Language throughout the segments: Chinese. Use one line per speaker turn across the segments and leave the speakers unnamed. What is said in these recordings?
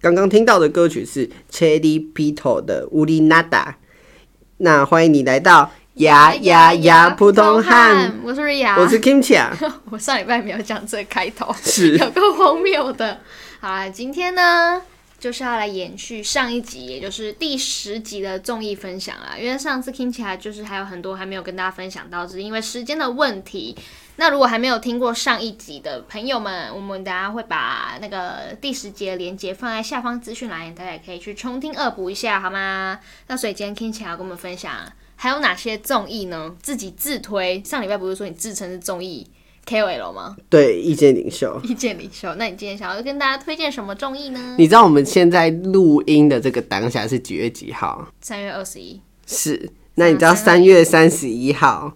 刚刚听到的歌曲是 Cherry Pito 的《乌里娜达》，那欢迎你来到呀呀呀普通汉，，
我是瑞亚，
我是 Kimchi 啊，
我上礼拜没有讲这个开头，
是
有够荒谬的。好啦，今天呢就是要来延续上一集，也就是第十集的综艺分享啦。因为上次听起来就是还有很多还没有跟大家分享到，只是因为时间的问题。那如果还没有听过上一集的朋友们，我们等下会把那个第十节连接放在下方资讯栏，大家也可以去重听恶补一下，好吗？那所以今天 k i n g 要跟我们分享还有哪些综艺呢？自己自推，上礼拜不是说你自称是综艺 KOL 吗？
对，意见领袖。
意见领袖，那你今天想要跟大家推荐什么综艺呢？
你知道我们现在录音的这个当下是几月几号？
三月二十一，
是，那你知道三月三十一号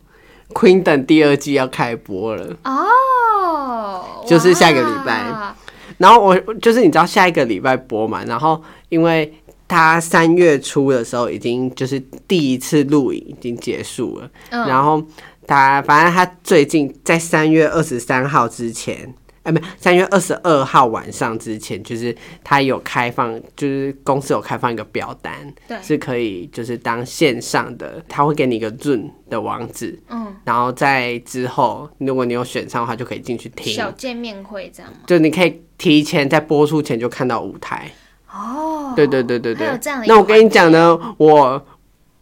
Queen 等第二季要开播了。
哦，
就是下个礼拜
哇
然后我就是你知道下一个礼拜播嘛，然后因为他三月初的时候已经就是第一次录影已经结束了，
嗯
然后他反正他最近在三月二十三号之前。哎，没，三月二十二号晚上之前，就是他有开放，就是公司有开放一个表单，
对
是可以就是当线上的，他会给你一个 Zoom 的网址，
嗯，
然后在之后，如果你有选上的话，就可以进去听。
小见面会这样吗？
就你可以提前在播出前就看到舞台。
哦，
对对对对对
还有这样的。一个
那我跟你讲呢，我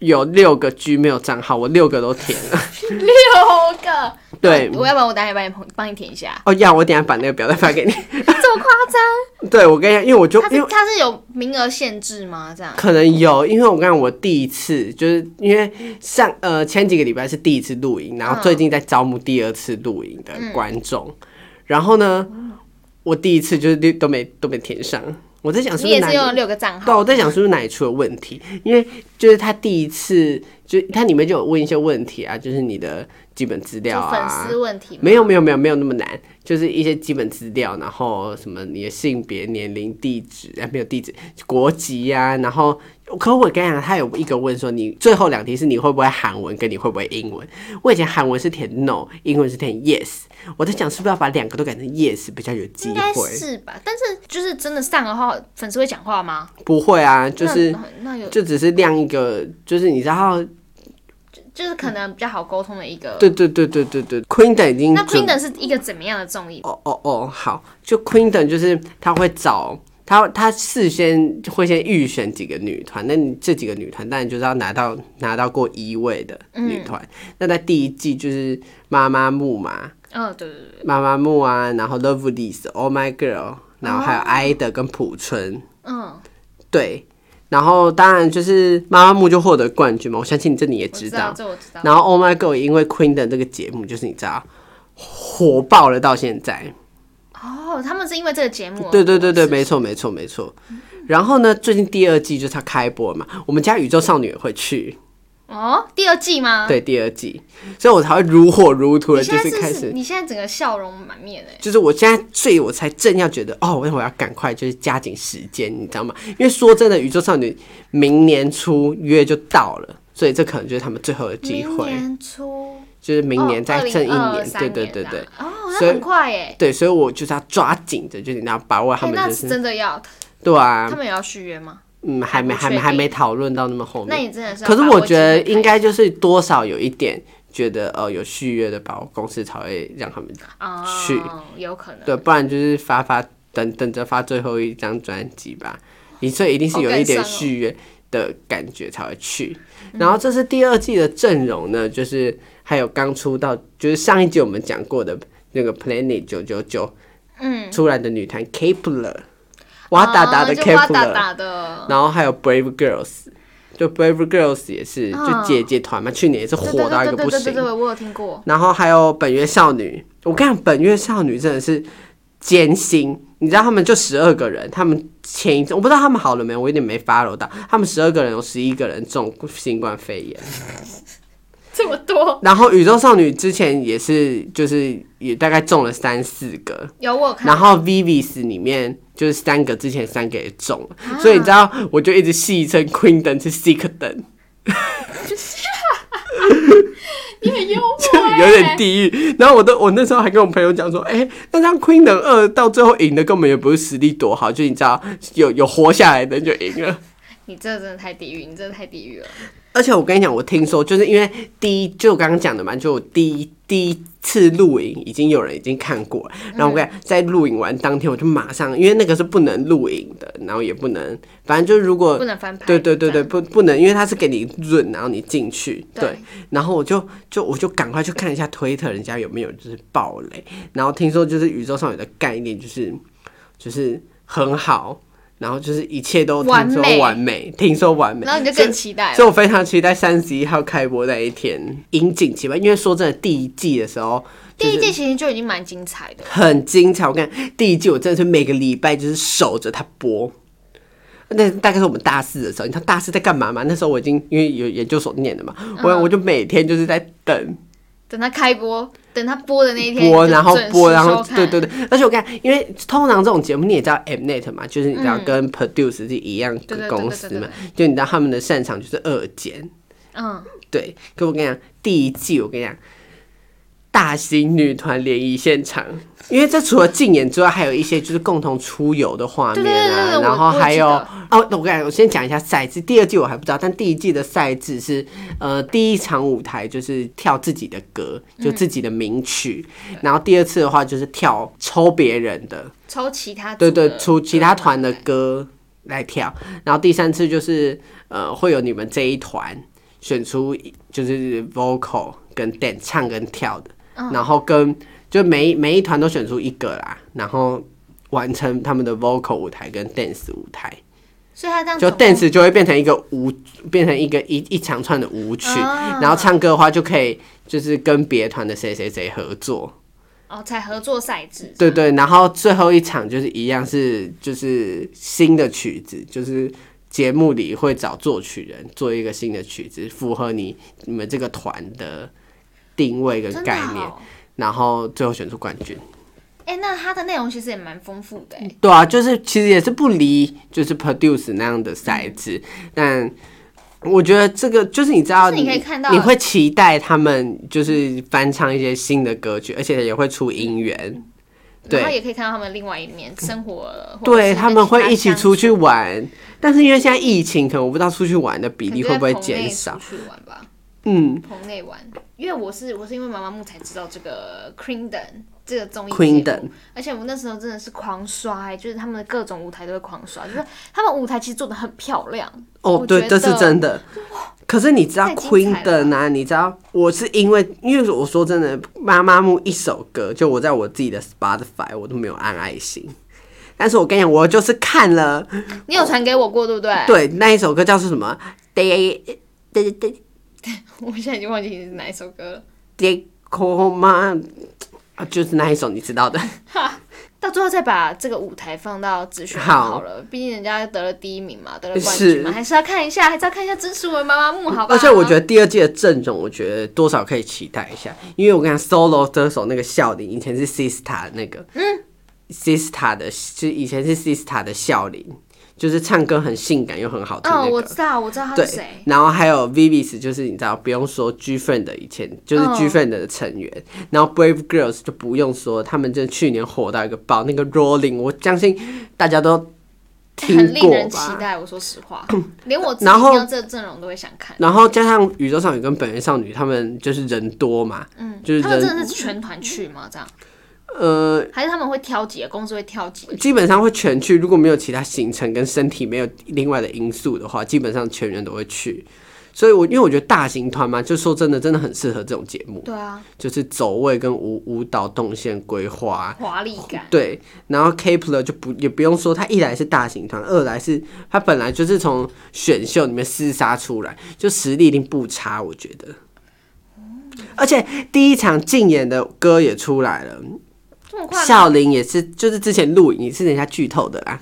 有六个 Gmail 账号，我六个都填 了。
六个，
对，
我要不然我等下也帮你捧帮你填一下，
哦要我等一下把那个表单发给你。
这么夸张？
对，我跟你讲，因为我就
它
因
是
为
它是有名额限制吗？这样？
可能有，因为我跟你讲，我第一次就是因为上呃前几个礼拜是第一次录影，然
嗯
后最近在招募第二次录影的观众，然后呢，我第一次就是都都没都没填上。我在想是
你
不是
也
哪
是
里
用了六个账
对，啊
号
我在想是不是哪里出了问题？因为就是他第一次，就他里面就有问一些问题啊，就是你的基本资料
就粉
啊
丝，问题吗？
没有没有没有没有那么难，就是一些基本资料，然后什么你的性别、年龄、地址，哎、没有地址，国籍啊，然后。可我跟你讲，他有一个问说你最后两题是你会不会韩文，跟你会不会英文。我以前韩文是填 no，英文是填 yes。我在想是不是要把两个都改成 yes 比较有机
应该
会？
是吧？但是就是真的上的话，粉丝会讲话吗？
不会啊，就是
那那有
就只是亮一个，就是你知道，
就是可能比较好沟通的一个。
对对对对对对，Queen 已经
那
准
Queen 是一个怎么样的综艺？
哦哦哦，好，就 Queen 就是他会找他他事先会先预选几个女团，那你这几个女团当然就是要拿到拿到过一位的女团。那在第一季就是妈妈木嘛，
嗯、对对对，
妈妈木啊，然后 Lovelies、Oh My Girl，然后还有
哦
I 的跟朴春，
嗯，
对。然后当然就是妈妈木就获得冠军嘛，我相信你这你也
我知
知道。
这我知道。
然后 Oh My God，因为 Queen 的这个节目，就是你知道火爆了到现在。
哦，他们是因为这个节目，哦
对对对对，没错没错没错。然后呢，最近第二季就是它开播嘛，我们家宇宙少女也会去，
哦，第二季吗？，
对第二季，所以我才会如火如荼
你
的，就
现在
是
是
开
是
始。
你现在整个笑容满面哎，
就是我现在，所以我才正要觉得哦，那我要赶快就是加紧时间，你知道吗？因为说真的，宇宙少女明年初约就到了，所以这可能就是他们最后的机
明
会，
年哦初，
就是明年再剩一年，
2023
对对对
年
对
啦。，哦，
所
那
以
很快哎，
对，所以我就是要抓紧的，就是你要把握他
哎，
们
那
就是是、
真的要，
对
他
啊，
们也要续约吗？
嗯，还没还
还不确
没
定
还没讨论到那么后
那
面。
你真的是要
可
把
是
握机会，
我觉得应该就是多少有一点觉得呃有续约的保公司才会让他们
哦，
去
有可能，
对，不然就是发发等等着发最后一张专辑吧。你所以一定是有一点
好感伤哦
续约的感觉才会去。
哦
然后这是第二季的阵容呢，就是还有刚出道，就是上一季我们讲过的那个 Planet 九九九，
嗯，
出来的女团 Kepler，哇达达的
哦就哇达
Kepler，、
达的，
然后还有 Brave Girls，就 Brave Girls 也是、
嗯
就姐姐团嘛，去年也是
对
火到一个
对对对
不
对对
行。
对，我有听过，
然后还有本月少女，我跟你讲，本月少女真的是艰辛，你知道他们就十二个人，他们前一阵我不知道他们好了没，我有点没 follow 到，他们十二个人有十一个人中新冠肺炎。
这么多，
然后宇宙少女之前也是，就是也大概中了三四个，
有我有看
然后 Vivis 里面就是三个之前三个也中了，所以你知道我就一直戏称 Queen 灯是 Sick 灯，
你很幽
就
默、欸，
有点地狱。然后我都我那时候还跟我朋友讲说，哎、那张 Queen 灯二到最后赢的根本也不是实力多好，就你知道有有活下来的人就赢了。
你这真的太地狱，你真的太地狱了。
而且我跟你讲，我听说就是因为第一，就我刚刚讲的嘛，就我第一第一次露营已经有人已经看过了，然后我跟你讲，在露营完当天我就马上，因为那个是不能露营的，然后也不能，反正就是如果
不能翻拍。
对对对
这
对，
样，
不不能，因为它是给你润，然后你进去，对，
对
然后我就就我就赶快去看一下推特，人家有没有就是爆雷，然后听说就是宇宙上有的概念就是就是很好，然后就是一切都
完
听说
美
完美，听说完美，
然后你就
所以
更期待
所
了。
以我非常期待三十一号开播那一天，引颈期盼。因为说真的，第一季的时候
第一季其实就已经蛮精彩的，
很精彩，我跟你讲第一季我真的是每个礼拜就是守着它播。那大概是我们大四的时候，你知道大四在干嘛吗？那时候我已经因为有研究所念的嘛，我、
嗯
我就每天就是在等
等它开播，等它播的那一天
播，
就
然后
准时
播，然
收
后
看
对对对。而且我跟你讲，因为通常这种节目你也知道 Mnet 嘛，就是你知道跟 Produce 是一样
嗯对对对
的公司嘛
对，
就你知道他们的擅长就是二剪，
嗯，
对，可我跟你讲，第一季我跟你讲，大型女团联谊现场，因为这除了竞演之外，还有一些就是共同出游的画面
对对对
啊，
对
然
我
后
我
还
记
有
得
哦，我跟你讲，我先讲一下赛制。第二季我还不知道，但第一季的赛制是呃，第一场舞台就是跳自己的歌，就
嗯
自己的名曲，然后第二次的话就是跳抽别人的，
抽其他
对
组的
对，出其他团的歌来跳，然后第三次就是呃，会有你们这一团选出就是 vocal 跟 dance 唱跟跳的，然后跟就每一每一团都选出一个啦，然后完成他们的 vocal 舞台跟 dance 舞台，
所以它这样
就
总共
dance 就会变成一个舞，变成一个一一长串的舞曲，
啊
然后唱歌的话就可以就是跟别团的谁谁谁合作，
哦才合作赛制，
对对，然后最后一场就是一样是就是新的曲子，就是节目里会找作曲人做一个新的曲子，符合你你们这个团的定位跟
真的
概念，
哦。
然后最后选出冠军。
哎，那它的内容其实也蛮丰富的欸，
对啊，就是其实也是不离就是 produce 那样的赛制，但。我觉得这个就是你知道
嗯就是
你，
你可以看到
你会期待他们就是翻唱一些新的歌曲，而且也会出音源，对
然后也可以看到他们另外一面生活了，或者
对
是
他
跟
们
其
会一起
相
出去
处，
玩，但是因为现在疫情，可能我不知道出去玩的比
可
例
能就
会
在
不会
棚
减
内
少。
出去玩吧，
嗯
棚内玩，因为我是我是因为妈妈木才知道这个 Queendom 这个综艺节目
，Queendom
而且我那时候真的是狂刷、欸，就是他们的各种舞台都会狂刷，就是他们舞台其实做的很漂亮，
哦
我，
对，
觉
这是
得
真的。可是你知道
太精彩
Queen
了
的呢？你知道我是因为，因为我说真的，妈妈木一首歌，就我在我自己的 Spotify 我都没有按爱心，但是我跟你讲，我就是看了，
你有传给我过对不对？，
对，那一首歌叫是什么？Day Day Day
我现在已经忘记是哪一首歌了。
Day Call My，啊就是那一首，你知道的。
到最后再把这个舞台放到资讯栏
好
好了，毕竟人家得了第一名嘛，得了冠军嘛，
是嗯
还是要看一下，还是要看一下支持我的妈妈木，好吧？
而且我觉
得
得第二季的阵容，我觉得多少可以期待一下，因为我跟你讲，solo 歌手那个笑林以前是 Sista 那个，嗯，Sista 的，就以前是 Sista 的笑林，就是唱歌很性感又很好听那
嗯，我
个。
知道，我知道他
对
是谁，，
然后还有 Vivis，就是你知道，不用说 G Friend 的以前就是
嗯
G Friend 的成员，然后 Brave Girls 就不用说，他们真的去年火到一个爆，那个 Rolling，我相信大家都听
很令
过
人期
吧。
待。我说实 话，连我自己
然
听
后
到这个阵容都会想看。
然后加上宇宙少女跟本源少女，他们就是人多嘛，
嗯，
就是
他们
人
真的是全团去吗？这样，
呃，
还是他们会挑几个公司会挑几个？
基本上会全去。如果没有其他行程跟身体没有另外的因素的话，基本上全员都会去。所以我，因为我觉得大型团嘛，就说真的，真的很适合这种节目，
对啊，
就是走位跟舞舞蹈动线规划。啊
华丽感。
对，然后 Kepler 就不也不用说，他一来是大型团，二来是他本来就是从选秀里面厮杀出来，就实力一定不差，我觉得。而且第一场竞演的歌也出来了，
这么快吗？
孝琳也是，就是之前录影也是人家剧透的啦，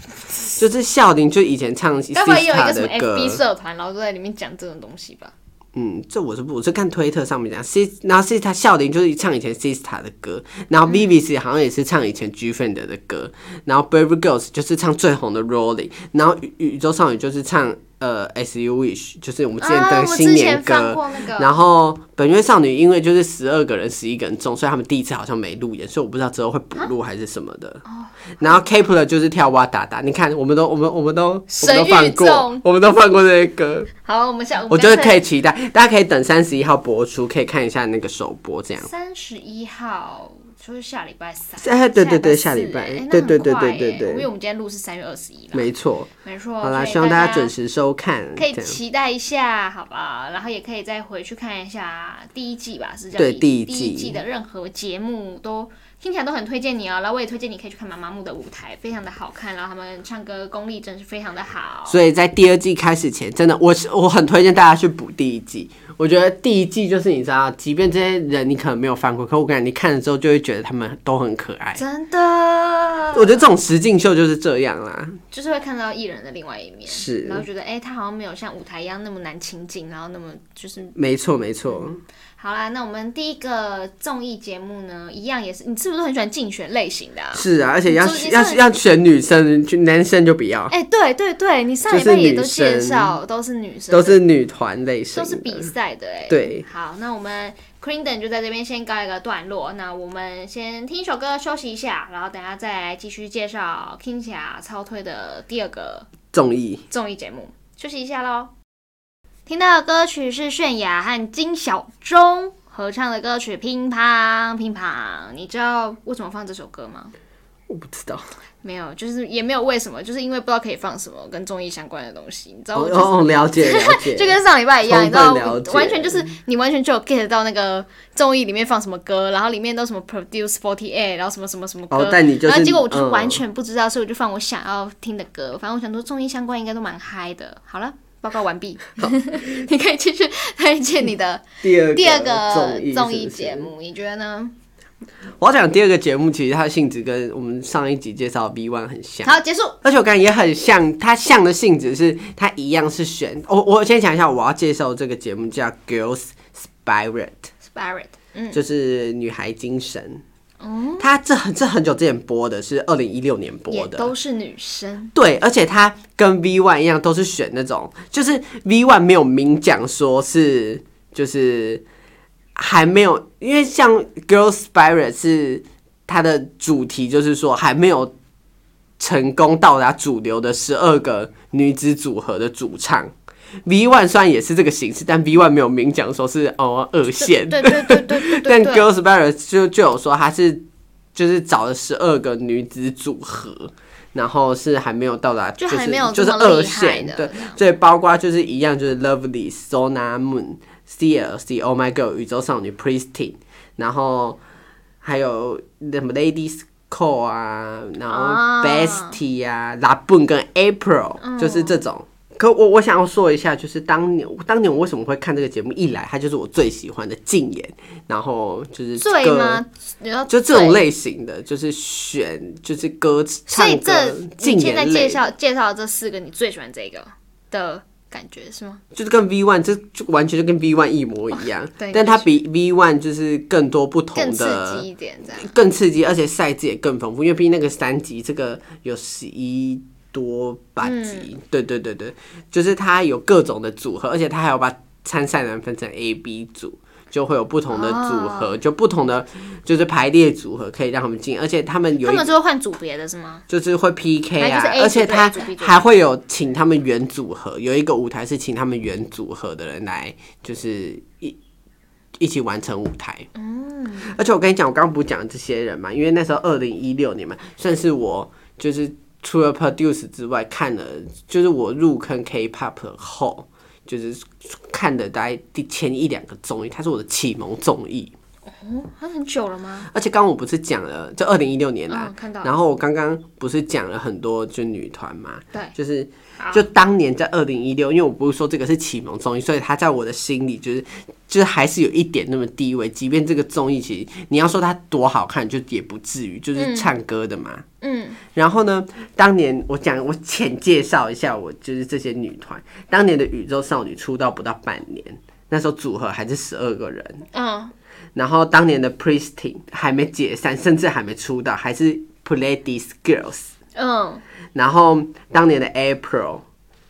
就是孝琳就以前唱 s i
该
s
不会也有一
t
个什么
的歌，
FB 社团，然后都在里面讲这种东西吧？
嗯，这我是不，我是看推特上面讲 s i s 然后 s i s t 孝琳就是唱以前 s i s t 的歌，然
嗯
后 Vivis 好像也是唱以前 G f r i e n d 的歌，然后 Baby Girls 就是唱最红的 Rolling，然后宇宇宙少女就是唱呃 As You Wish，就是我们之前
啊，
的
我
新
之前
年歌，
放过那 个，
然后本月少女因为就是十二个人十一个人中，所以他们第一次好像没路演，所以我不知道之后会补录还是什么的。
哦
然后 Kepler 就是跳哇哒哒，你看我们都我们我们都我们
神
都
与
放过
众，
我们都放过这些歌，
好，我们下，
我觉得可
以。
以期待，大家可以等三十一号播出，可以看一下那个首播这样。
三十一号就是下礼拜三，
哎对对对
下
下礼拜
四哎
对
那很
对对
快
对对
哎
对
因为我们今天录是三月二十一啦，
没错，
没错。
好啦，
所以
希望
大
大家准时收看，
可以
这样
期待一下，好不好？然后也可以再回去看一下第一季吧，是叫
对
第
第一季
第一季的任何节目都听起来都很推荐你哦。然后我也推荐你可以去看妈妈木的舞台，非常的好看，然后他们唱歌功力真是非常的好。
所以在第二季开始前，真的，我是我很推荐大家去补第一季。我觉得第一季就是你知道，即便这些人你可能没有翻过，可我感觉你看了之后就会觉得他们都很可爱。
真的，
我觉得这种实境秀就是这样啦，
就是会看到艺人的另外一面，
是
然后觉得哎、他好像没有像舞台一样那么难亲近，然后那么就是
没错没错。
好啦。那我们第一个综艺节目呢，一样也是，你是不是很喜欢竞选类型的啊？
是啊，而且要
你说你
要
是
要选女生，就男生就不要，
哎、对对对，你上
啊就
礼
是
拜也
女
都介
生
绍都是女生，
都是女团类型
都
的，
是比赛的哎、
对，
好，那我们 Clinton 就在这边先告一个段落。那我们先听一首歌休息一下，然后等下再来继续介绍 King 侠超推的第二个
综艺。
综艺节目。休息一下喽。听到的歌曲是泫雅和金小钟合唱的歌曲《乒乓乒乓》。你知道为什么放这首歌吗？
我不知道，
没有，就是也没有为什么，就是因为不知道可以放什么跟综艺相关的东西。你知道
哦
我就是
哦，了解了 解，
就跟上礼拜一样，你知道
充分了解，
完全就是你完全就有 get 到那个综艺里面放什么歌，然后里面都什么 produce forty eight，然后什么什么什么歌，
哦但你就是
嗯然后结果我就是
嗯
完全不知道，所以我就放我想要听的歌。反正我想说综艺相关应该都蛮嗨的。好了，报告完毕，你可以继续推荐你的
第二
第二
综
个
艺
综
是
艺
不是
节目，你觉得呢？
我要讲第二个节目，其实它的性质跟我们上一集介绍的 V One 很像。
嗯好，结束。
而且我感觉也很像，它像的性质是它一样是选我。我先讲一下，我要介绍这个节目叫《Girls Spirit》，
Spirit，嗯，哦
就是女孩精神。它这很这很久之前播的，是二零一六年播
也
的。
都是女生，
对，而且它跟 V One 一样，都是选那种，就是 V One 没有明讲说是，就是还没有，因为像 Girl Spirit 是它的主题，就是说还没有成功到达主流的十二个女子组合的主唱。V One 虽然也是这个形式，但 V One 没有明讲说是哦二线，
对对对对对
但
对对，
Girls Barrett 就就有说他是就是找了十二个女子组合，然后是还没有到达、，
就是还没有
就是
这么
二
厉害
线
的
对，所以包括就是一样就是 Lovely、Sona Moon、CLC、Oh My Girl、宇宙少女 Pristine，然后还有什么 Ladies。Cole 啊，然后
啊
Bestie 啊、La Boon 跟 April，、就是
嗯
这种。可我我想要说一下，就是当年当年我为什么会看这个节目？一来它就是我最喜欢的竞演，然后就是
醉
歌
吗？然后
就这种
醉
类型的，就是选就是歌
所以
唱歌
这
竞
你现在
演
介
类，
绍介绍的这四个，你最喜欢这个的感觉是吗？
就是跟 V One 这就完全就跟 V One 一模一样，
哦对
但它比 V One 就是更多不同
更
的
刺激一点，这样
更刺激，而且赛制也更丰富，因为毕竟那个三集这个有十一多把集，对对对对，就是它有各种的组合，而且它还有把参赛人分成 A、B 组。就会有不同的组合就不同的就是排列组合可以让他们进，而且他们有
他
一
们就会换组别的是吗？
就是会 PK 啊，
还就是 A
而且
组
他
A 组 B 组
还会有请他们原组合，有一个舞台是请他们原组合的人来，就是一一起完成舞台。嗯，而且我跟你讲，我刚刚不讲这些人嘛，因为那时候二零一六年嘛，算是我就是除了 Produce 之外看了，就是我入坑 K-pop 后，就是看的大概第前一两个综艺，它是我的启蒙综艺。
哦，它很久了吗？
而且刚刚我不是讲了，这二零一六年啦、
嗯看到
然后我刚刚不是讲了很多就女团嘛，
对
就是
好
就当年在二零一六，因为我不是说这个是启蒙综艺，所以它在我的心里就是就是还是有一点那么地位，即便这个综艺其实你要说它多好看，就也不至于，就是唱歌的嘛。
嗯，
然后呢，当年我讲我浅介绍一下，我就是这些女团，当年的宇宙少女出道不到半年，那时候组合还是十二个人。
嗯，
然后当年的 Pristin 还没解散，甚至还没出道，还是 Pleiades Girls。
嗯，
然后当年的 April，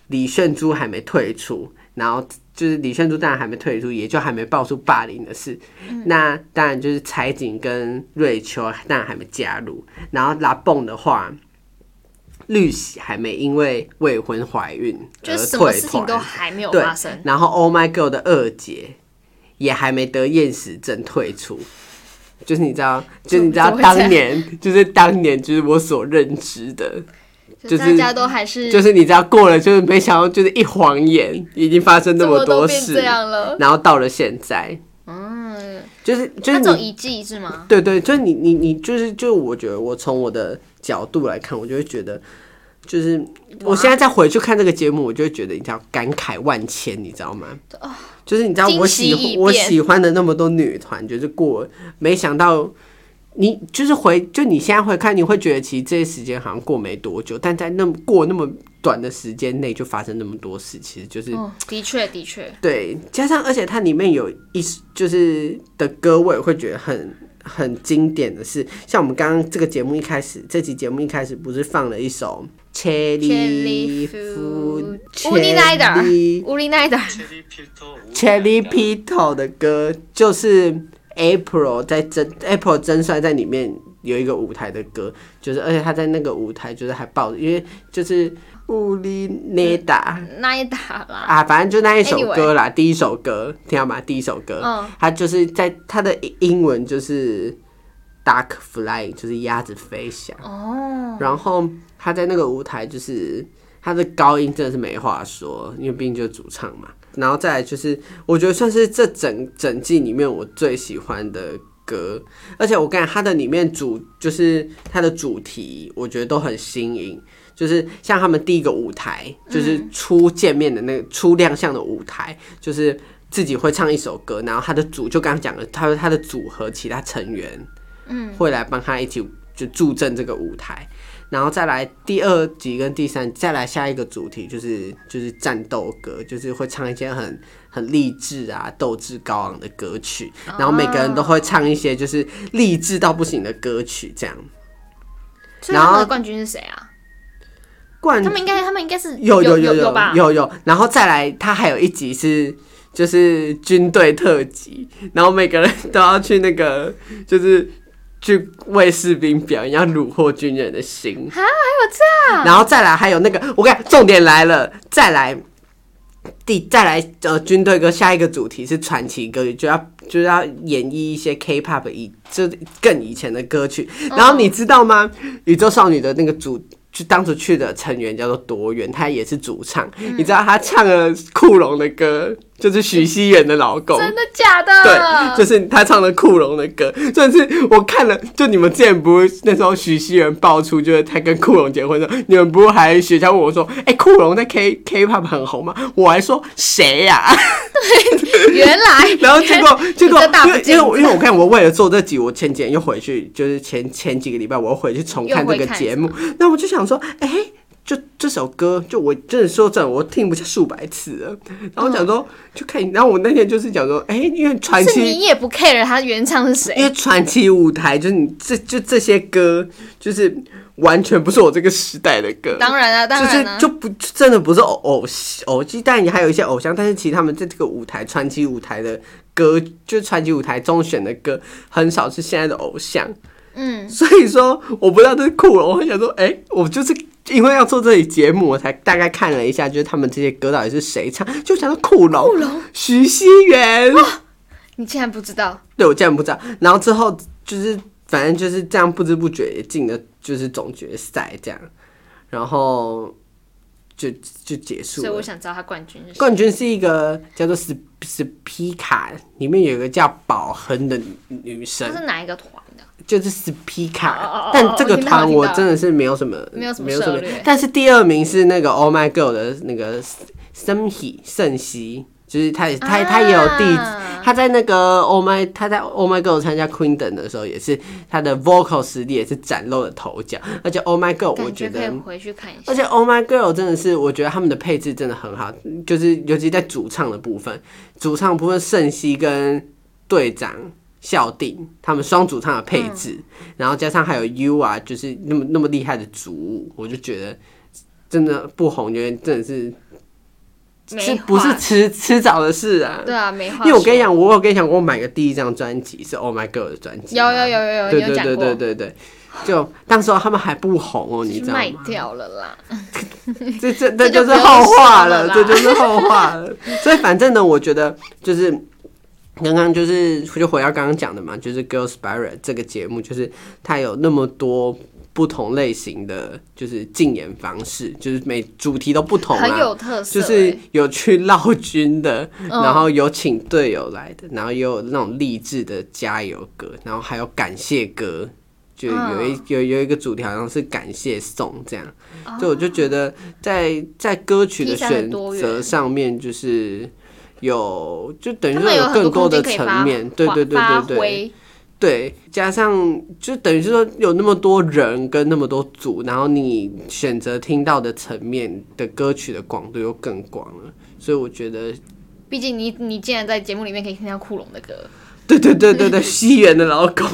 李炫珠还没退出，然后就是李炫珠当然还没退出，也就还没爆出霸凌的事。
嗯
那当然就是柴景跟瑞秋当然还没加入，然后拉蹦的话。绿喜还没因为未婚怀孕而
就是什么
呃退
事情
团，
都还没有
对
发生，
然后 Oh My Girl 的二姐也还没得厌食症退出，就是你知道，就是你知道
怎么会
当年，就是当年就是我所认知的，
就大家都还是
就是你知道过了，就是没想到就是一晃眼已经发生那
这
么
么都
多
变这
事，
样了。
然后到了现在，
嗯，
就是就是
那种
你。
一季是吗？
对对，就是你你你就是就我觉得我从我的角度来看，我就会觉得，就是我现在再回去看这个节目，我就会觉得你知道感慨万千，你知道吗？就是你知道我喜
哦惊喜一
欢
变
我喜欢的那么多女团，就是过没想到你就是回就你现在回看，你会觉得其实这些时间好像过没多久，但在那么过那么短的时间内就发生那么多事，其实就是
嗯，的确的确，
对，加上而且它里面有一就是的歌，我也会觉得很很经典的是，像我们刚刚这个节目一开始，这集节目一开始不是放了一首《切里
Cherry
夫
Food》乌尼奈德尔
Cherry
乌里奈的
Cherry Pito 的歌，就是 April 在真 April 真帅在里面有一个舞台的歌，就是而且他在那个舞台就是还抱着，因为就是乌里内达。
奈达啦，
啊，反正就那一首歌啦第一首歌，听到吗？第一首歌，
嗯
它就是在它的英文就是 duck fly，就是鸭子飞翔。
哦，
然后他在那个舞台，就是他的高音真的是没话说，因为毕竟就是主唱嘛。然后再来就是，我觉得算是这整整季里面我最喜欢的歌，而且我感觉它的里面主就是它的主题，我觉得都很新颖。就是像他们第一个舞台，就是初见面的那个初亮相的舞台，就是自己会唱一首歌，然后他的组就刚刚讲的，他说他的组合其他成员，
嗯，
会来帮他一起就助阵这个舞台，然后再来第二集跟第三，再来下一个主题就是就是战斗歌，就是会唱一些很很励志啊、斗志高昂的歌曲，然后每个人都会唱一些就是励志到不行的歌曲，这样
所以他
然
们
后
的冠军是谁啊？
冠
他们应该他们应该是
有
有
有
有吧？
有有，然后再来，他还有一集是就是军队特辑，然后每个人都要去那个就是去为士兵表演，要虏获军人的心。啊，还有这样？然后再来还有那个，我跟你讲重点来了，再来。第再来呃，军队歌下一个主题是传奇歌曲，就要就要演绎一些 K-pop 以就是更以前的歌曲。然后你知道吗？宇宙少女的那个主就当初去的成员叫做多元，他也是主唱。你知道他唱了库龙的歌，就是许熙媛的老公。
真的假的？
对，就是他唱的库龙的歌，甚至我看了，就你们之前不是那时候许熙媛爆出，就是他跟库龙结婚的时候，你们不是还学校问我说，哎、库龙在 K K-pop 很红吗？我还说谁呀、，
原来
然后结 果结果
你真大，不
因为因
敬
为我因为我看我为了做这集，我前几天又回去，就是前前几个礼拜我又回去重看这个节目，那我就想说，哎、就这首歌，就我真的说真的，我听不下数百次了。然后想说，就看，然后我那天就是讲说，哎、因为传
嗯是
奇
你也不 care 他原唱是谁
因？为传奇舞台就是你这就这些歌，就是完全不是我这个时代的歌。
当然啊，当然啊，
就是就不就真的不是偶偶偶像，但也还有一些偶像，但是其实他们在这个舞台传奇舞台的歌，就是传奇舞台中选的歌，很少是现在的偶像。
嗯，
所以说，我不知道这是酷龙，我想说，哎、我就是因为要做这里节目，我才大概看了一下，就是他们这些歌到底是谁唱，就想到酷龙、酷龙、徐熙 媛。
你竟然不知道，
对我竟然不知道。然后之后就是反正就是这样，不知不觉也进了就是总决赛这样。然后就就结束
所以我
了。
想知道他冠军是谁。
冠军是一个叫做史史皮卡，里面有一个叫宝亨的女女生
他，是哪一个团的？
就是史皮
哦哦哦
卡
哦。
但这个团
我听到我
我
听到
真的是没有什么，
没有什么涉猎
但是第二名是那个 Oh My Girl 的那个森喜圣熙，就是他也他他也有弟子。
啊
他在那个 Oh My，他在 Oh My Girl 参加 Queen 等的时候，也是他的 vocal 实力也是崭露了头角。而且 Oh My Girl，我
感
觉
觉
得
可以回去看一下
而。且 Oh My Girl 真的是，我觉得他们的配置真的很好，就是尤其在主唱的部分，主唱部分盛熙跟队长孝定他们双主唱的配置，
嗯
然后加上还有 U 啊，就是那么那么厉害的主舞，我就觉得真的不红，有点真的是是
没
不是
话
迟迟早的事啊？
对啊，没话说。
因为我跟你讲，我有跟你讲过，我买个第一张专辑是 Oh My Girl 的专辑
有
嘛，
有有有有，
对
你有
对
讲过，
对对对对，就当时候他们还不红哦，你
就
知
是
道
卖
吗？
掉了啦。
这这
这
这
就
就
不
是
用
后话
说了
了，
啦
这就是后话了。所以反正呢，我觉得就是刚刚就是就回到刚刚讲的嘛，就是《Girl Spirit》这个节目，就是它有那么多不同类型的就是竞演方式，就是每主题都不同
很
啊。
有特色欸、嗯
就是有去绕军的，然后有请队友来的，然后也有那种励志的加油歌，然后还有感谢歌，就
嗯
有一有有一个主题好像是感谢颂这样。
哦
所以我就觉得在在歌曲的
披散的
选
多
择
元
上面，就是有就等于
他
说
们有
更多
空
的
间可以
层
发
面，对
发
对对
发
对对
挥
对，加上就等于是说有那么多人跟那么多组，然后你选择听到的层面的歌曲的广度又更广了，所以我觉得。
毕竟你你竟然在节目里面可以听到库龙的歌，
对对对对对，西元的老公，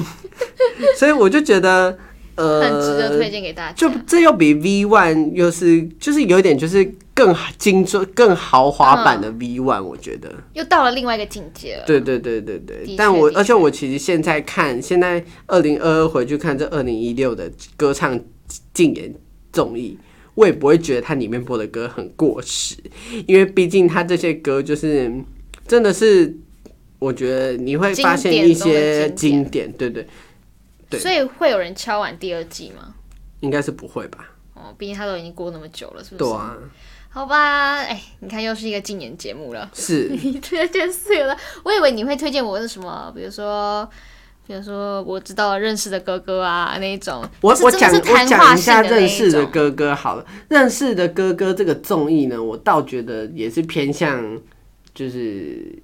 所以我就觉得，呃，
很值得推荐给大家。
就这又比 V One 又是就是有点就是更精准、更豪华版的 V One，、我觉得。
又到了另外一个境界了。
对对对对
的
对
确，
但我
的确
而且我其实现在看，现在二零二二回去看这二零一六的歌唱竞演综艺，我也不会觉得它里面播的歌很过时，因为毕竟它这些歌就是真的是，我觉得你会发现一些
经
经典，对对，对
所以会有人敲完第二季吗？
应该是不会吧？
哦，毕竟他都已经过那么久了，是不
对
是？
啊，
好吧，哎，你看又是一个禁言节目了。
是。
你推荐四个了，我以为你会推荐我是什么，比如说，比如说我知道认识的哥哥啊那一种。
我
是
我
真的
讲
是
我
谈
讲
话
一
性
下
的那
认
一
识的
种，
哥哥好了，认识的哥哥这个综艺呢，我倒觉得也是偏向就是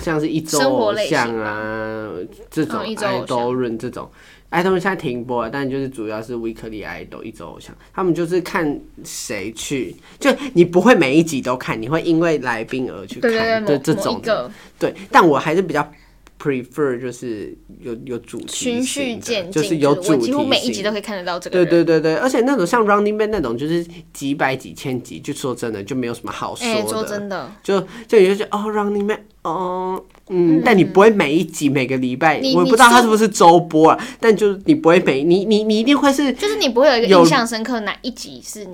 像是一周
生活
偶
类
像
型
啊这种
嗯一周偶像
idol 润这种 idol 现在停播了，但就是主要是 weekly idol 一周偶像，他们就是看谁去，就你不会每一集都看，你会因为来宾而去
对对对，
看，这
某
这
某
种
一个
对，但我还是比较 prefer 就是有有主题
循序
性的
渐进，
就是有主
我
题
几乎每一集
性
都可以看得到这个
对
人。
对对对，而且那种像 Running Man 那种，就是几百几千集，就说真的就没有什么好
哎、
说
说
的。
真的，
就就你就觉得哦，Running Man，哦，嗯，但你不会每一集每个礼拜，
你
我
你
不知道它
说
是不是周播啊，但就是你不会每你你你一定会是，
就是你不会有一个
有
印象深刻哪一集是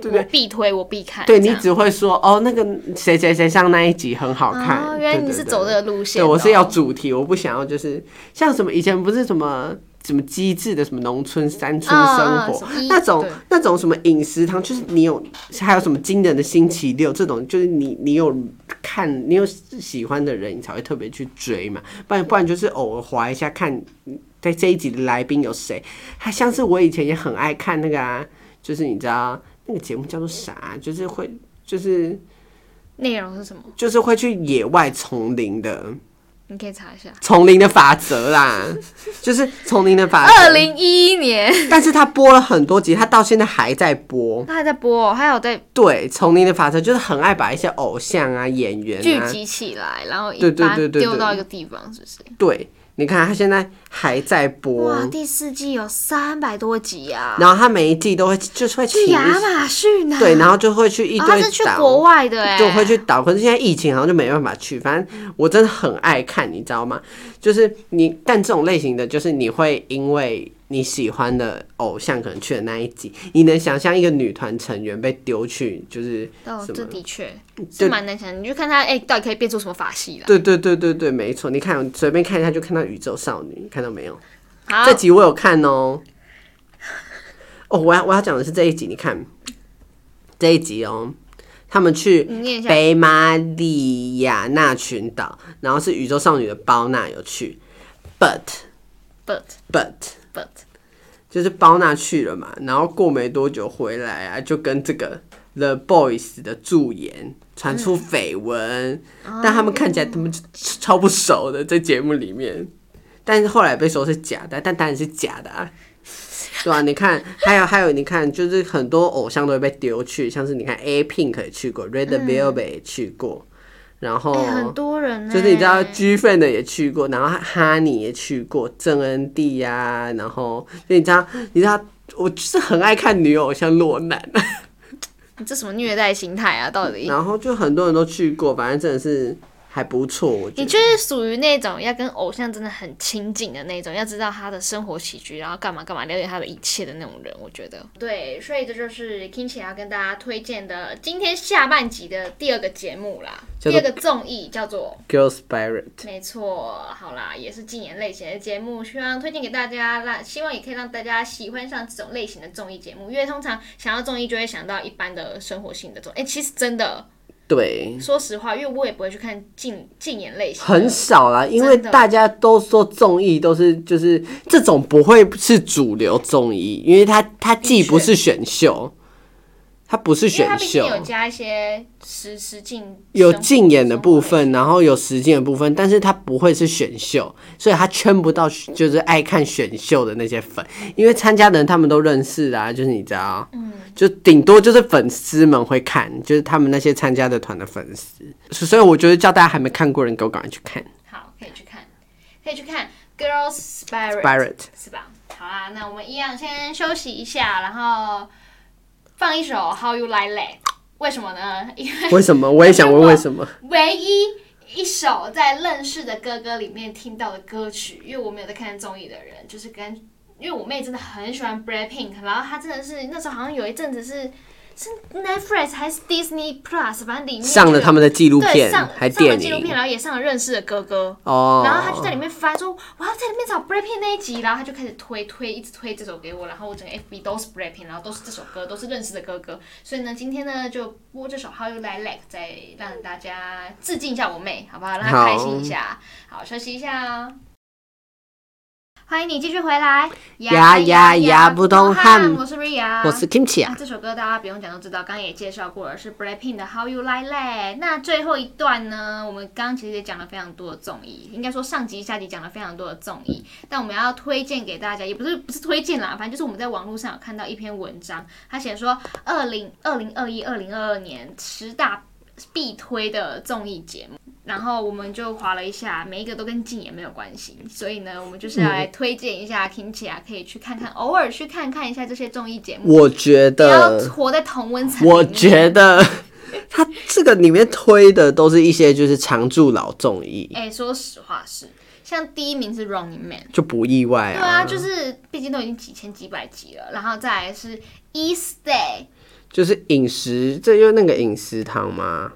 对
我必推我必看这
对
样，
你只会说哦，那个谁谁谁上那一集很好看。
啊，原来
对
你
对
是
对
走这个路线
对，
的哦、
我是要主题，我不想要就是像什么以前不是什么什么机智的什么农村山村
啊
生活、
啊什么一
那种
对
那种什么饮食堂，就是你有还有什么惊人的星期六这种，就是你你有看你有喜欢的人，你才会特别去追嘛，不然不然就是偶尔划一下看，在这一集的来宾有谁，还像是我以前也很爱看那个啊，就是你知道那个节目叫做啥，啊就是会就是
内容是什么？
就是会去野外丛林的。
你可以查一下。
丛林的法 则啦，就是丛林的法
二
则。
零一一年，
但是他播了很多集，他到现在还在播。
他还在播、哦，还有在
对，丛林的法则就是很爱把一些偶像啊、演员
聚
啊，
集起来，然后一
对对
把它
对对
丢
对
到一个地方，是不是？
对，你看他现在还在播
哇，，第四季有三百多集啊！
然后他每一季都会就是会请
去
一
亚马逊啊！
对，然后就会去一
哦他
堆
是去国
岛。
外的哎，
就会去岛，可是现在疫情好像就没办法去。反正我真的很爱看，你知道吗？就是你，但这种类型的，就是你会因为你喜欢的偶像可能去的那一集，你能想象一个女团成员被丢去，就是
哦，
什
这
么
的确是蛮难想的。你就看他哎，到底可以变出什么法系了？
对对对对对，没错。你看，随便看一下就看到宇宙少女，看到没有？
好
这，集我有看哦。哦，我要我要讲的是这一集，你看，这一集哦，他们去
你念一下
北马里亚纳群岛，然后是宇宙少女的包娜有去，but
but
but
but
就是包娜去了嘛，然后过没多久回来啊，就跟这个 The Boys 的驻颜传
嗯
出绯闻，
哦
但他们看起来他们就超不熟的在节目里面，但是后来被说是假的，但当然是假的啊。对啊，你看，还有还有，你看，就是很多偶像都会被丢去，像是你看 A Pink 也去过，Red Velvet 也去过，然后、
哎、很多人呢、
哦就是你知
嗯
道 G Friend 的也去过，然后哈尼也去过，郑恩地呀、然后就你知道，你知道，我就是很爱看女偶像落难，
你这什么虐待心态啊？到底
然后就很多人都去过，反正真的是还不错，我觉
你
得。
就是属于那种要跟偶像真的很亲近的那种，要知道他的生活起居，然后干嘛干嘛，了解他的一切的那种人，我觉得。对，所以这就是 Kimchi 要跟大家推荐的今天下半集的第二个节目啦，
叫做
第二个综艺叫做
Girl Spirit，
没错，好啦，也是禁言类型的节目，希望推荐给大家，让希望也可以让大家喜欢上这种类型的综艺节目，因为通常想到综艺就会想到一般的生活性的综艺，哎、其实真的，
对，
说实话，因为我也不会去看禁禁言类型的，
很少啦，因为
真的
大家都说综艺都是就是这种不会是主流综艺，因为它它既
确
不是选秀，它不是
因为它
选
毕竟
秀，
有加一些实实境
有
生活
竞演的
生活
部
类型，
分，然后有实践的部分，但是它不会是选秀，所以它圈不到就是爱看选秀的那些粉，因为参加的人他们都认识啊，就是你知道，
嗯
就顶多就是粉丝们会看，就是他们那些参加的团的粉丝，所以我觉得叫大家还没看过的人，给我赶快去看
好，可以去看，可以去看 Girls Spirit
Spirit。
是吧？好啦，那我们一样先休息一下，然后放一首 How You Like That。为什么呢？因为
为什么？我也想问为 什么？
唯一一首在认识的哥哥里面听到的歌曲，因为我没有在看综艺的人，就是跟因为我妹真的很喜欢 Blackpink，然后她真的是那时候好像有一阵子是是 Netflix 还是 Disney Plus，反正里面就
上了他们的纪录
对
片
上
还
上了
电
纪录
影
片，然后也上了认识的哥哥。
哦，
然后他就在里面翻，说我要在里面找 Blackpink 那一集，然后他就开始推推，一直推这首给我，然后我整个 FB 都是 Blackpink，然后都是这首歌，都是认识的哥哥，所以呢，今天呢就播这首 How You Like That，再让大家致敬一下我妹，好不好？让她
好
开心一下，好，休息一下哦。欢迎你继续回来，
呀呀呀不通
汉，
汗
我是 Ria，
我是 Kimchi 啊
那，这首歌大家不用讲都知道，刚刚也介绍过了，是 Blackpink 的《How You Like That》。那最后一段呢，我们刚刚其实也讲了非常多的综艺，应该说上集下集讲了非常多的综艺，但我们要推荐给大家，也不是不是推荐啦，反正就是我们在网络上有看到一篇文章，它写说二零二零二一二零二二年十大必推的综艺节目。然后我们就划了一下，每一个都跟竞也没有关系，所以呢，我们就是要来推荐一下 Kimchi 啊，可以去看看，偶尔去看看一下这些综艺节目。
我觉
不要
得，
活在同温层里面。
我觉 得他这个里面推的都是一些就是常驻老综艺，
哎、说实话是，像第一名是 Running Man，
就不意外
对
啊，
啊，就是毕竟都已经几千几百集了，然后再来是 East Day，
就是饮食，这又那个饮食堂嘛，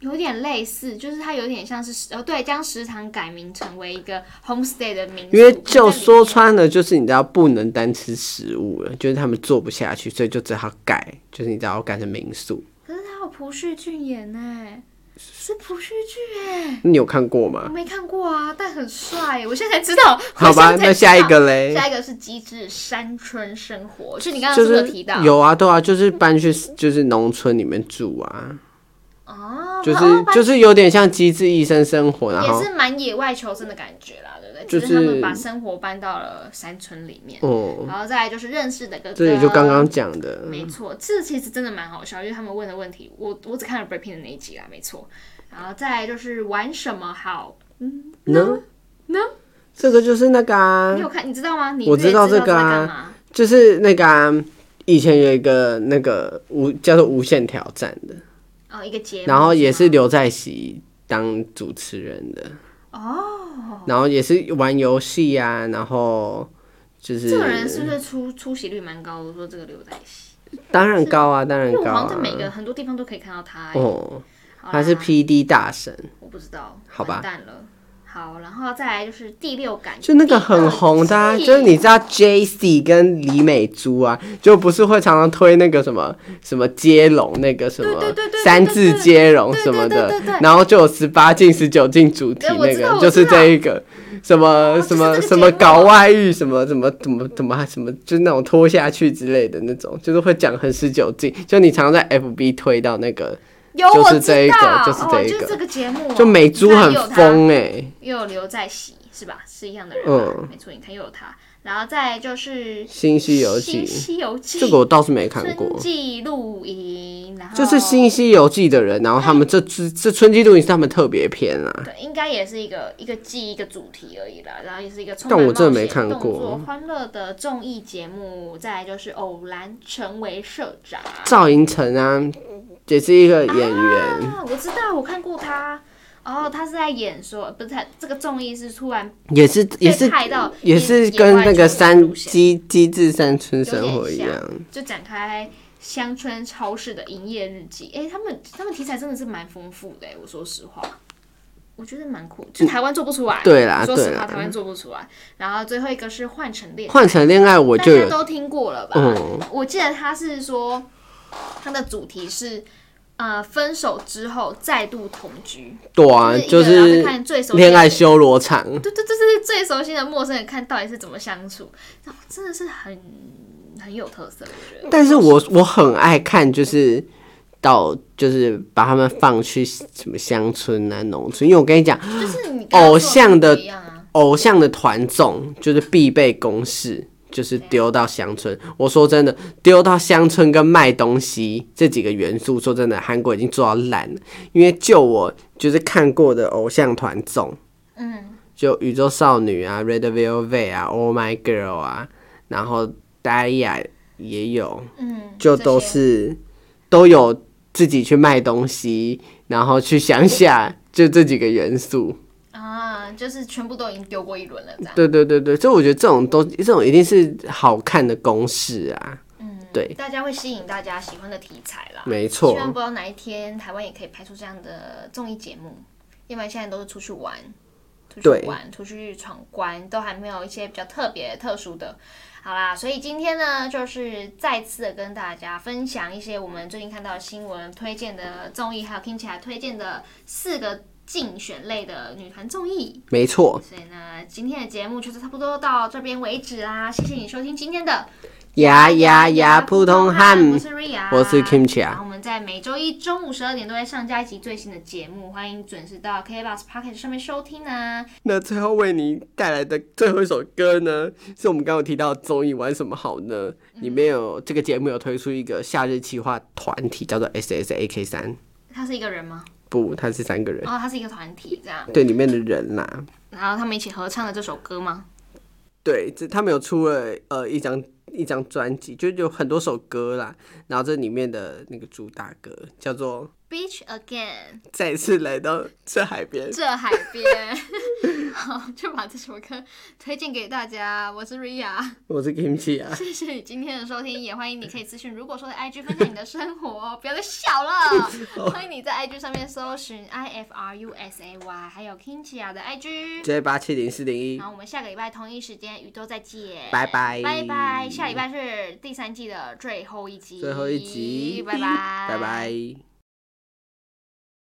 有点类似，就是它有点像是哦，对，将食堂改名成为一个 Homestay 的名，
因为就说穿了，就是你知道不能单吃食物了，就是他们做不下去，所以就只好改，就是你知道改成民宿。
可是它有朴叙俊演呢、是朴叙俊哎、
你有看过
我
吗？
没看过啊，但很帅、我现在才知道。
好吧
我现在才知道
那下一个嘞
下一个是《机智山村生活》，就你刚刚
就是
不是有
是
提到？
有啊，对啊，就是搬去就是农村里面住啊，
哦，
就是
哦把
就是有点像《机智医生生活》，然后
也是蛮野外求生的感觉啦，对不对？
就
只是他们
是
把生活搬到了山村里面，
哦，
然后再来就是认识的哥哥。
这也就刚刚嗯讲的，
没错，这其实真的蛮好笑，因为他们问的问题，我我只看了 b r e a k i n 的那一集啦，没错。然后再来就是玩什么好，
呢
呢，
这个就是那个啊
你，有看你知道吗？你
我
知
知道
道
这个
在
啊
干嘛？
就是那个啊、以前有一个那个无叫做《无限挑战》的，
哦，一个节目，
然后也是
吗
刘在熙当主持人的，
哦，
然后也是玩游戏啊，然后就
这个人
是
是不是出出席率蛮高的？我说这个刘在熙，
当然高啊，当然
因为我
高
好像
啊
在，每个很多地方都可以看到他、欸。
哦，
好啦
他是 P D 大神，
我不知道，
好吧
完蛋了。好，然后再来就是第六感，
就那个很红的、啊，
第二
就是你
季
知道 J C 跟李美珠啊，就不是会常常推那个什么什么接龙那个什么
对对对对对
三字接龙
对对
什么的
对对对对，
然后就有十八禁、十九禁主题
对我
那
知道
个，
我
就
知
是
道
这一个什么
就是
什么
这个
什么
节目
搞外遇，什么怎么怎么怎么什么，就是那种拖下去之类的那种，就是会讲很十九禁，就你常常在 F B 推到那个，
有
就是
我
这
知
一个
道，
就是
哦
这一
就是
个
这个节目，
就美珠
你看
很
又有它
疯哎、
又有刘在熙是吧？是一样的人吧，没错，你看又有他，然后再来就是
嗯新西游
新》
记
西游记》
这个我倒是没看过
春。季露营，然后
就是《新西游记》的人，然后他们这这这春季露营是他们特别篇啊，
对，应该也是一个一个记一个主题而已啦，然后也是一个充
但
满
我真的
冒
没
险
看
动
过
作欢乐的综艺节目，再来就是偶然成为社长。
赵寅成啊，也是一个演员，
啊，我知道，我看过他。哦，他是在演说，不是他这个综艺是突然
也是
被
也是
派到
也
野
是
野
跟
外
那
求
个
生
三
路线
机机智山村生
有
活一
点
样，
像，就展开乡村超市的营业日记。哎、他们他们题材真的是蛮丰富的、诶我说实话，我觉得蛮酷，就台湾做不出来。
嗯对啦
说实
对
话，
啦
台湾做不出来。然后最后一个是《换乘恋》，
换成恋爱我
大
就
家
有，
都听过了吧？
嗯，
我记得他是说，他的主题是。呃，分手之后再度同居，
对啊，就
一个然后
是
看最熟悉的
恋爱修罗场，
对对对对，最熟悉的陌生人看到底是怎么相处，然后真的是很很有特色，我觉得。
但是我我很爱看，就是到就是把他们放去什么乡村啊、农村，因为我跟你讲，
就是你跟他
偶
做
像的
不一样啊，
偶像的团综就是必备公式，就是丢到乡村。我说真的，丢到乡村跟卖东西这几个元素，说真的，韩国已经做到烂了。因为就我就是看过的偶像团综，
嗯，
就宇宙少女啊、Red Velvet 啊、Oh My Girl 啊，然后 Daya 也有，
嗯，
就
这
都
些
是都有自己去卖东西，然后去乡下，就这几个元素。
啊，就是全部都已经丢过一轮了，这样。
对对对对，所以我觉得这种东西，这种一定是好看的公式啊，
嗯，
对，
大家会吸引大家喜欢的题材啦。
没
希
错。
望不知道哪一天台湾也可以拍出这样的综艺节目，要不然现在都是出去玩，出去
对
玩，出去闯关，都还没有一些比较特别、特殊的。好啦，所以今天呢，就是再次的跟大家分享一些我们最近看到的新闻、推荐的综艺，还有听起来推荐的四个竞选类的女团综艺。
没错，
所以呢，今天的节目就是差不多到这边为止啦。谢谢你收听今天的
牙牙牙，普通
我
汉，
是 Ria，
我是 Kimchi
然
啊，
后我们在每周一中午十二点都会上架一集最新的节目，欢迎准时到 KBox Pocket 上面收听啊。
那最后为你带来的最后一首歌呢，是我们刚刚有提到的综艺玩什么好呢？里面有这个节目有推出一个夏日企划团体，叫做 S S A K 三，
他是一个人吗？
不，他是三个人，
哦，他是一个团体这样，
对里面的人啦、
然后他们一起合唱的这首歌吗？
对，这他们有出了呃一张一张专辑，就有很多首歌啦，然后这里面的那个主打歌叫做。
Beach Again，
再次来到这海边。
这海边， 好，就把这首歌推荐给大家。我是 Ria。
我是 Kimchi 啊，
谢谢你今天的收听，也欢迎你可以咨询如果说的 IG 分享你的生活， 不要再笑了。 欢迎你在 IG 上面搜寻 I F R U S A Y，还有 Kinchia 的 IG。
J 八七零四零一
然，后我们下个礼拜同一时间宇宙再见，
拜拜
拜拜，下礼拜是第三季的最后一集，
最后一集，
拜拜，
拜拜。